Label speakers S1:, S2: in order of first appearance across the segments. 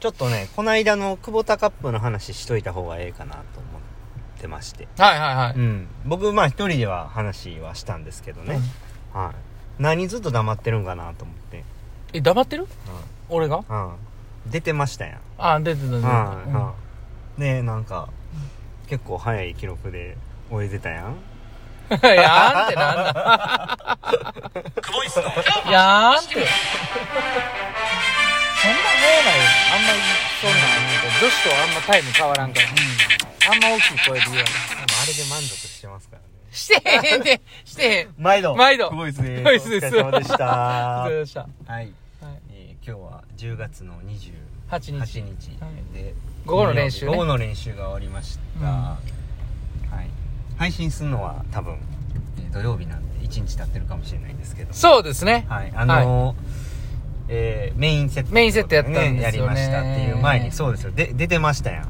S1: ちょっとね、こないだの久保田カップの話しといた方がええかなと思ってまして。。
S2: はいはいはいう
S1: ん。僕、まあ一人では話はしたんですけどね。はい。何ずっと黙ってるんかなと思って。
S2: え、黙ってる俺が
S1: うん。うん。出てましたやん。
S2: あ、出てた出て
S1: うん。
S2: た。
S1: うん。ねなんか、結構早い記録で終えてたやん。
S2: うん やーんってなんだ。
S1: 久保イスの
S2: やーんって。そんな早ないよ。あんまりそんなん言うと女子とあんまタイム変わらんから。あんま大きい声で言わない。
S1: あれで満足してますからね。
S2: してへんで、してへん。
S1: 毎度
S2: 毎度
S1: 久保イスです。
S2: 久保井です
S1: お疲れ様でし
S2: あ
S1: た
S2: りがとう。ござい
S1: はい。
S2: まし
S1: えー今日は10月の28
S2: 8日
S1: 日で
S2: 午後の練習ね
S1: 午後の練習が終わりました、
S2: うん
S1: はい、配信するのは多分、えー土曜日なんで1日経ってるかもしれないんですけど
S2: た。そうですね。
S1: はいあのーえーメインセット、
S2: メインセットやったんですよね
S1: やりましたっていう前にそうですよで出てましたや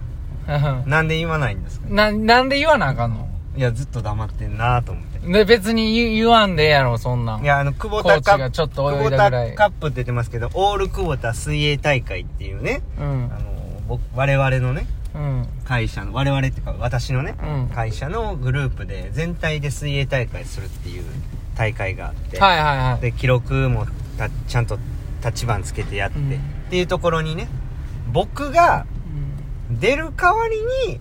S1: んなんで言わないんですか
S2: な、なんで言わなあかんの
S1: いやずっと黙ってんなと思って
S2: ね別に言言わんでええやろ、そんなん。
S1: いやあの久保
S2: コー
S1: 田
S2: チ
S1: カ
S2: が
S1: ップ
S2: ちょっと泳
S1: 久
S2: い
S1: 保
S2: だ
S1: 田
S2: ぐらい。
S1: カップって言ってますけどオール久保田水泳大会っていうね
S2: うん
S1: あ。の僕我々のね
S2: うん。
S1: 会社の我々っていうか私のね、
S2: うん
S1: 会社のグループで全体で水泳大会するっていう大会があって、
S2: はいはいはい。
S1: で記録もたちゃんと立番つけてやって、
S2: うん
S1: っていうところにね僕が出る代わりに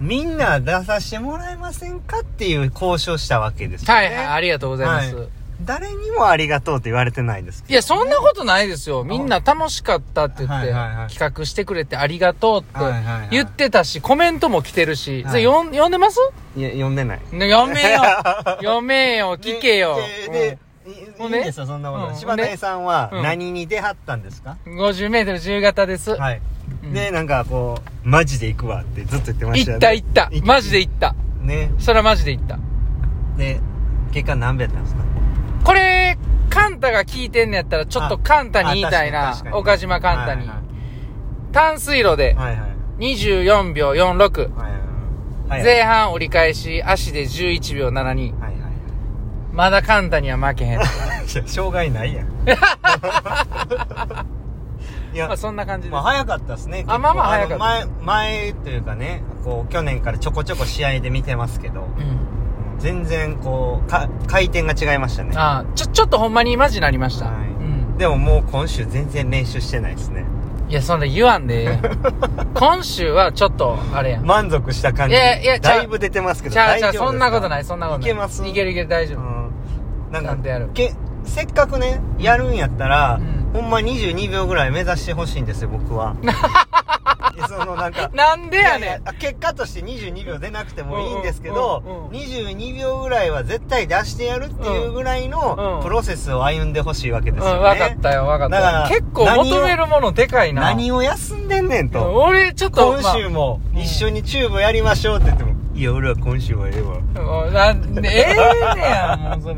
S1: みんな出させてもらえませんかっていう交渉したわけですよ
S2: は
S1: ね、
S2: いはい、ありがとうございます。
S1: はい
S2: い、
S1: 誰にもありがとうって言われてないですけど
S2: や、そんなことないですよ。みんな楽しかったって言って、
S1: はいはいはい
S2: 企画してくれてありがとうって
S1: はいはいはい
S2: 言ってたし、コメントも来てるし、
S1: はい
S2: それ読ん読んでます、
S1: いや呼んでない
S2: ね、 読めよ読めよ聞けよ、
S1: で、で
S2: ほん
S1: い
S2: で
S1: いんですよそんなこと、
S2: うん
S1: 柴谷さんは
S2: うん
S1: 何に出はったんですか、
S2: うん、50m 自由形です。
S1: はい、
S2: うん
S1: でなんかこうマジで行くわってずっと言ってました
S2: 行
S1: よ
S2: っ
S1: ね
S2: た行った。マジで行った。
S1: ね
S2: それはマジで行った。
S1: で結果何秒やったんですか
S2: これ、カンタが聞いてんのやったら、ちょっとカンタに言いたい
S1: あ
S2: な
S1: 確かに確か。に
S2: 岡島カンタに。
S1: はい
S2: 淡水路で
S1: はいはい
S2: 24秒46。
S1: はいはいはい
S2: 前半折り返し、足で11秒72。
S1: はいはいはい
S2: まだカンタには負けへん。
S1: いや障害ないやん いや
S2: まあそんな感じで
S1: まあ
S2: す。
S1: 早かったですね
S2: あまあまあ
S1: 結構の前前というかねこう去年からちょこちょこ試合で見てますけど
S2: うん。
S1: 全然こうか回転が違いましたね
S2: ああ、ちょ、ちょっとほんまにマジになりました。
S1: はい
S2: うん。
S1: でももう今週全然練習してないですね
S2: いや、そんな言わんでええ やん。今週はちょっと、あれやん。
S1: 満足した感じ
S2: いやいやちゃう
S1: だいぶ出てますけど
S2: じゃあ、
S1: 大丈
S2: じ
S1: 夫
S2: ゃあ、
S1: ですか
S2: そんなことない、そんなことない。
S1: いけます
S2: いけるいける、大
S1: う
S2: 丈夫。
S1: んなん
S2: ちゃんとやる
S1: かけせっかくねやるんやったら、
S2: うん
S1: ほんま22秒ぐらい目指してほしいんですよ僕 はいやそのなんか
S2: なんでやねん
S1: いいあ結果として22秒出なくてもいいんですけど、
S2: うんうんうん
S1: 22秒ぐらいは絶対出してやるっていうぐらい
S2: うんう
S1: の
S2: ん
S1: プロセスを歩んでほしいわけですよね、
S2: うん、分かったよ、分かっ
S1: だから
S2: た。結構求めるものでかいな。
S1: 何を休んでんねんと
S2: 俺、ちょっと、
S1: 今週も一緒にチューブやりましょうって言っても、いや、俺は今週はええわ。
S2: まあもうなんでええねやん、もうそれ。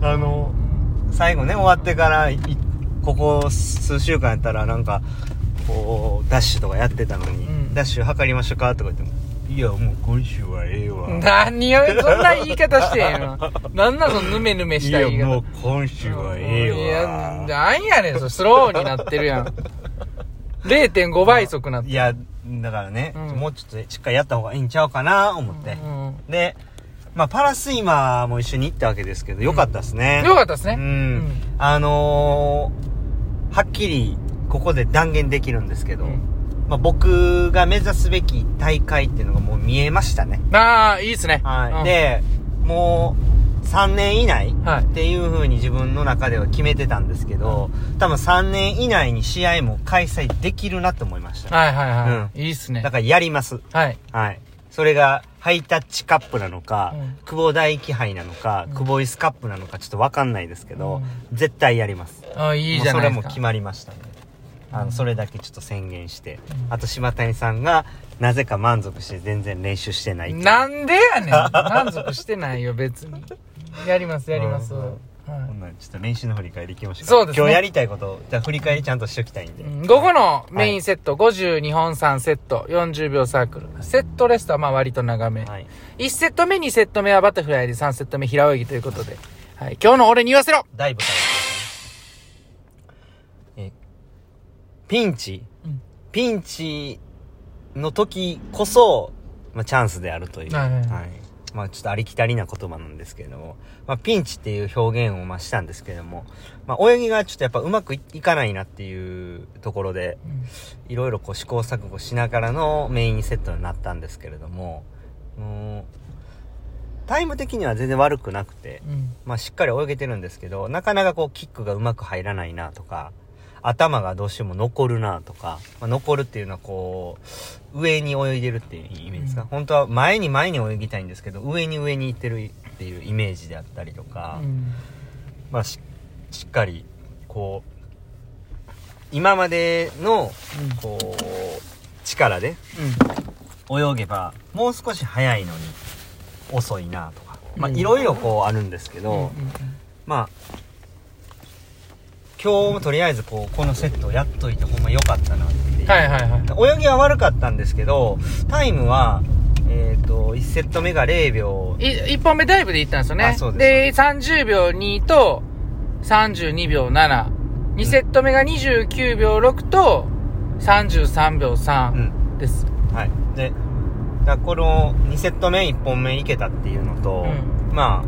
S1: あの、最後ね、終わってから、いここ数週間やったら、なんか、こう、ダッシュとかやってたのに、
S2: うん
S1: ダッシュ測りましょうかとか言っても、いや、もう今週はええわ。
S2: 何を、そんな言い方して んの。なんなの、ぬめぬめ
S1: い
S2: した
S1: や、
S2: 言い方。
S1: もう今週はえ
S2: い
S1: え
S2: や、
S1: わ。
S2: なんやねん、それスローになってるやん。0.5倍速なって
S1: いや、だからね、
S2: うん
S1: もうちょっとしっかりやった方がいいんちゃうかな、思って。
S2: うん
S1: で、まあ、パラスイマーも一緒に行ったわけですけど、よかったですね。
S2: よかったですね。
S1: うん
S2: うん
S1: あのーはっきりここで断言できるんですけど、
S2: うん
S1: まあ、僕が目指すべき大会っていうのがもう見えましたね。
S2: ああ、いいっすね。
S1: はい。
S2: うん、
S1: で、もう3年以内
S2: はい
S1: っていう風に自分の中では決めてたんですけど、多分3年以内に試合も開催できるなと思いました。
S2: はいはいはい。いいっすね
S1: だ。からやります。
S2: はい。
S1: はい。それが、ハイタッチカップなのか、
S2: うん
S1: 久保大気杯なのか、
S2: うん
S1: 久保イスカップなのか、ちょっとわかんないですけど、絶対やります。
S2: ああ、いいじゃな
S1: も
S2: いです
S1: うそれも
S2: か。
S1: 決まりましたね。あ
S2: う
S1: の、
S2: ん
S1: それだけちょっと宣言して。
S2: うん
S1: あと、島谷さんが、なぜか満足して全然練習してない。
S2: なんでやねん満足してないよ別にやりますやります、
S1: うんうん
S2: はい
S1: こんなんちょっと練習の振り返りいきましょうか
S2: そうですね
S1: 今日やりたいこと、じゃあ振り返りちゃんとしときたいんで。
S2: うん午後のメインセット、52本3セット40秒サークルセットレストはまあ割と長め、
S1: はい。
S2: 1セット目2セット目はバタフライで3セット目平泳ぎということで、はい、今日の俺に言わせろ
S1: ダイブからいきましょうねえピンチ、
S2: うん
S1: ピンチの時こそ、まあ、チャンスであるという。
S2: はいはいはい
S1: まあ、ちょっとありきたりな言葉なんですけれども、まあ、ピンチっていう表現をまあしたんですけれども、まあ、泳ぎがちょっとやっぱうまくいいかないなっていうところで、いろいろこう試行錯誤しながらのメインセットになったんですけれども、もうタイム的には全然悪くなくて、
S2: うん
S1: まあ、しっかり泳げてるんですけど、なかなかこう、キックがうまく入らないなとか、頭がどうしても残るなとか、まあ、残るっていうのはこう、上に泳いでるっていうイメージですか、
S2: うん
S1: 本当は前に前に泳ぎたいんですけど、上に上に行ってるっていうイメージであったりとか、
S2: うん
S1: まあし、しっかり、こう、今までの、こう、力で泳げば、もう少し早いのに、遅いなとか、まあ、
S2: うん
S1: いろいろこうあるんですけど、まあ、今日もとりあえずこう、このセットをやっといてほんま良かったなっていう。
S2: はいはいはい
S1: 泳ぎは悪かったんですけど、タイムは、えっ、と、1セット目が0秒、
S2: い1本目ダイブで行ったんですよね
S1: あそう
S2: で
S1: で
S2: 30秒2と32秒72セット目が29秒6と33秒
S1: う
S2: 3
S1: ん、
S2: です
S1: はい。で、だからこの2セット目1本目いけたっていうのと、ま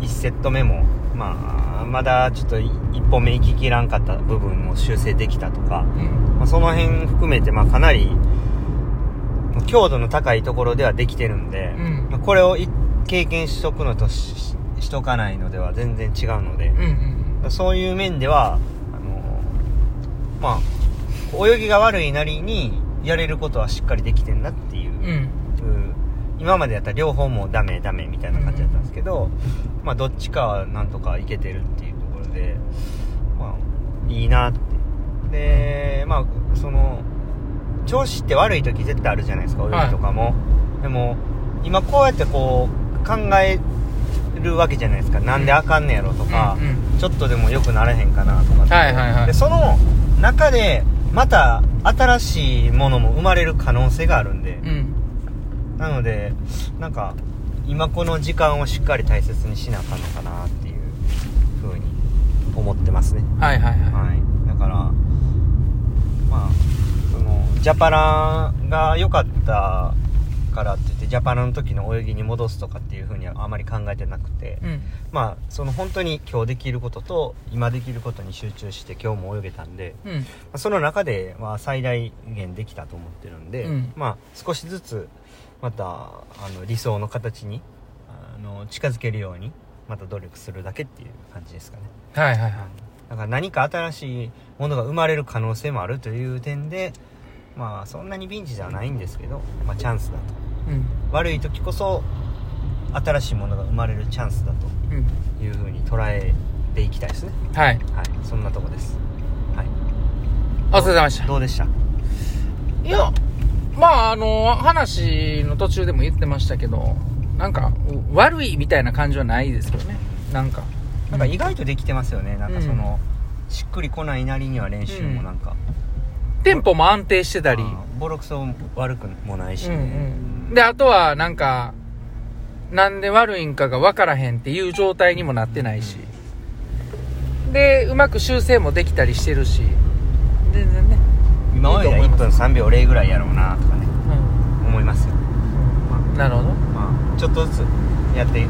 S1: あ、1セット目も、まあ、まだちょっと1本目行ききらんかった部分も修正できたとか、
S2: うん
S1: まあ、その辺含めて、まあ、かなり強度の高いところではできてるんで、
S2: うん
S1: まあこれをい経験しとくのとしししとかないのでは全然違うので
S2: うん、うん
S1: そういう面ではあのまあ泳ぎが悪いなりにやれることはしっかりできてんなっていう、
S2: うんうん
S1: うん今までやったら両方もうダメダメみたいな感じだったんですけど、まあどっちかはなんとかいけてるっていうところでまあいいなってでまあその調子って悪い時絶対あるじゃないですか
S2: はい
S1: 泳ぎとかも、でも今こうやってこう考えるわけじゃないですかなんであかんねやろとか、
S2: うんうん
S1: ちょっとでも良くならへんかなとかって
S2: はいはいはい
S1: でその中でまた新しいものも生まれる可能性があるんで、
S2: うん
S1: なのでなんか今この時間をしっかり大切にしなあかんのかなっていう風に思ってますね
S2: はいはいはい
S1: はいだからまあそのジャパラが良かったからって言ってジャパラの時の泳ぎに戻すとかっていう風にはあまり考えてなくて、
S2: うん
S1: まあその本当に今日できることと今できることに集中して今日も泳げたんで、
S2: うん
S1: その中で、まあ、最大限できたと思ってるんで、
S2: うん
S1: まあ、少しずつまたあの理想の形にあの近づけるようにまた努力するだけっていう感じですかね、
S2: はいはいはい
S1: だから何か新しいものが生まれる可能性もあるという点でまあそんなにピンチではないんですけど、まあ、チャンスだと
S2: うん
S1: 悪い時こそ新しいものが生まれるチャンスだと
S2: うん
S1: いうふうに捉えていきたいですね
S2: はい
S1: はいそんなとこですはい
S2: お疲れ様でした
S1: どうでした
S2: いや、まあ、あの、話の途中でも言ってましたけど、なんか、う悪いみたいな感じはないですけどね。なんか。
S1: なんか意外とできてますよねなんかその、しっくりこないなりには練習もなんか、
S2: テンポも安定してたり。
S1: あーボロクソ悪くもないし
S2: うん
S1: ね、
S2: うん。で、あとは、なんか、なんで悪いんかが分からへんっていう状態にもなってないし。で、うまく修正もできたりしてるし。全然ね。
S1: 今までは
S2: うん
S1: 1分3秒0ぐらいやろうなとかね思いますよ
S2: うん。なるほど。
S1: まあちょっとずつやってい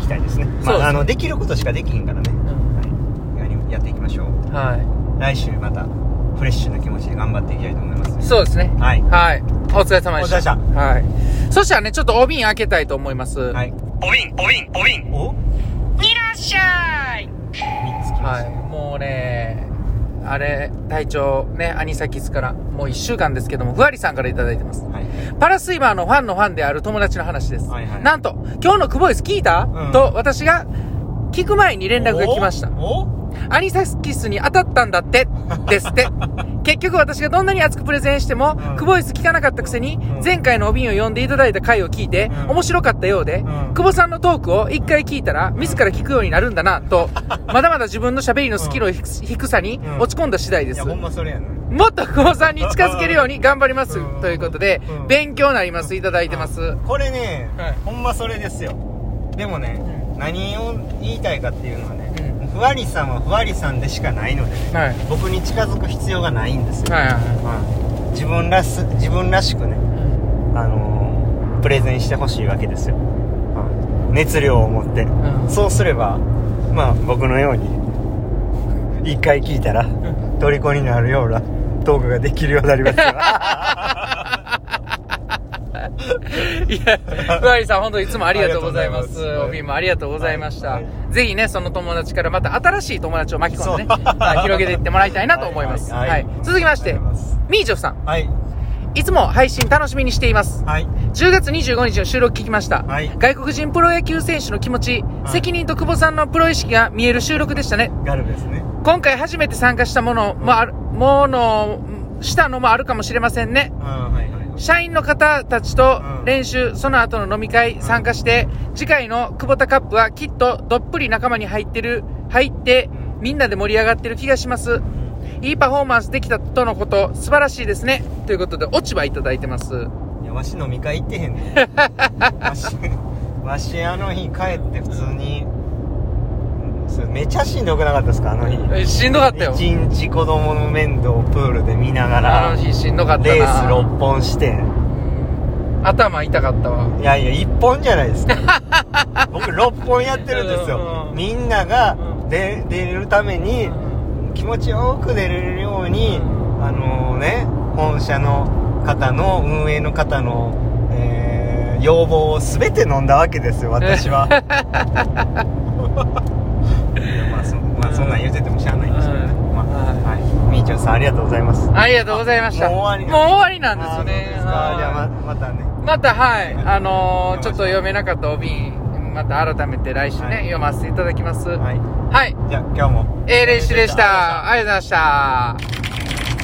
S1: きたいですね
S2: そう
S1: ま
S2: ですね
S1: ああのできることしかできひんからね、
S2: うん
S1: はい、やりやっていきましょう
S2: は
S1: 来週またフレッシュな気持ちで頑張っていきたいと思います
S2: い。そうですね。
S1: はい
S2: はい。お疲れ様でした。
S1: お疲れ様
S2: はい。そしたらね、ちょっとお瓶開けたいと思います。。
S1: はいいおびんおびんおびんお
S2: らっしゃい
S1: 3つきま
S2: は
S1: し
S2: い
S1: た。
S2: もうね、あれ、体調ね、アニサキスから、もう一週間ですけども、ふわりさんからいただいてます。
S1: はい、
S2: パラスイマーのファンのファンである友達の話です。
S1: はいはい
S2: なんと、今日のクボイス聞いた、
S1: うん
S2: と、私が、聞く前に連絡が来ました。
S1: お
S2: アニサキスに当たったんだ って、ですって。結局私がどんなに熱くプレゼンしても、
S1: うん
S2: クボイス聞かなかったくせに、
S1: うん
S2: 前回のお瓶を読んでいただいた回を聞いて、
S1: うん
S2: 面白かったようで、
S1: うん
S2: 久保さんのトークを一回聞いたら、自ら聞くようになるんだな、 と、まだまだ自分の喋りのスキルの低低さに
S1: うん
S2: 落ち込んだ次第で
S1: い
S2: す
S1: や。ほんまそれやな
S2: もっと久保さんに近づけるように頑張ります
S1: うん。
S2: ということで
S1: う、ん
S2: 勉強になります。いただいてます。
S1: これね、
S2: はい
S1: ほんまそれですよでもね、
S2: う
S1: 何を言いたいかっていうのはね、
S2: う
S1: ふわりさんはふわりさんでしかないのでね
S2: はい
S1: 僕に近づく必要がないんですよ、
S2: はいは
S1: はい自分らす自分らしくね
S2: いうん
S1: あのープレゼンしてほしいわけですよ、はい熱量を持って、
S2: ん
S1: そうすればまあ僕のように一回聞いたら
S2: ん
S1: 虜になるようなトークができるようになりますよ
S2: いや、ふわりさん、本当いつもありがとうございま
S1: ありが
S2: す。
S1: とうございます
S2: おびんもありがとうございました。
S1: はいは
S2: ぜひね、その友達からまた新しい友達を巻き込んでね、
S1: そう
S2: まあ広げていってもらいたいなと思います。は
S1: はいいはいはい
S2: 続きまし
S1: あ
S2: て
S1: りがとうございます、
S2: みーじょさん、
S1: はい
S2: いつも配信楽しみにしています。
S1: はい
S2: 10月25日の収録聞きました。
S1: はい
S2: 外国人プロ野球選手の気持ち、
S1: はい
S2: 責任と久保さんのプロ意識が見える収録でしたね。
S1: ガルですね
S2: 今回初めて参加したものもある、もの、したのもあるかもしれませんね。
S1: あーはいはいはい
S2: 社員の方たちと
S1: うん
S2: 練習、その後の飲み会参加して、次回の久保田カップはきっとどっぷり仲間に入ってる、入って
S1: う、ん
S2: みんなで盛り上がってる気がします。いいパフォーマンスできたとのこと、素晴らしいですね。ということで、落ち葉いただいてます。
S1: いやわし飲み会行ってへ んねわしわしあの日帰って普通にうんそれめちゃしんどくなかったですかあの日
S2: えしんどかったよ。
S1: 一日子供の面倒をプールで見なが
S2: あ
S1: ら
S2: の日しんどかったな。
S1: レース6本して
S2: 頭痛かったわ。
S1: いやいや1本じゃないです か僕6本やってるんです
S2: うんう
S1: よ
S2: ん
S1: みんなが
S2: うん
S1: で出るために気持ちよく出れるように
S2: うん
S1: あのね本社の方の運営の方の、えー要望を全て飲んだわけですよ私 はいやまあそ,、まあ、そんなん言うててもしゃあないんですけどね、
S2: うん
S1: まあ
S2: うん
S1: はい、みーちゃんさんありがとうございます
S2: ありがとうございました。
S1: もう終わり
S2: もう終わりなんです
S1: あーそ
S2: よね。
S1: うですかじゃあままたね
S2: またはい、あのー、
S1: はい
S2: ちょっと読めなかったお瓶、また改めて来週ね、
S1: はい
S2: 読ませていただきます。はい。
S1: はいじゃあ今日も
S2: えー、レイシでした。ありがとうございました。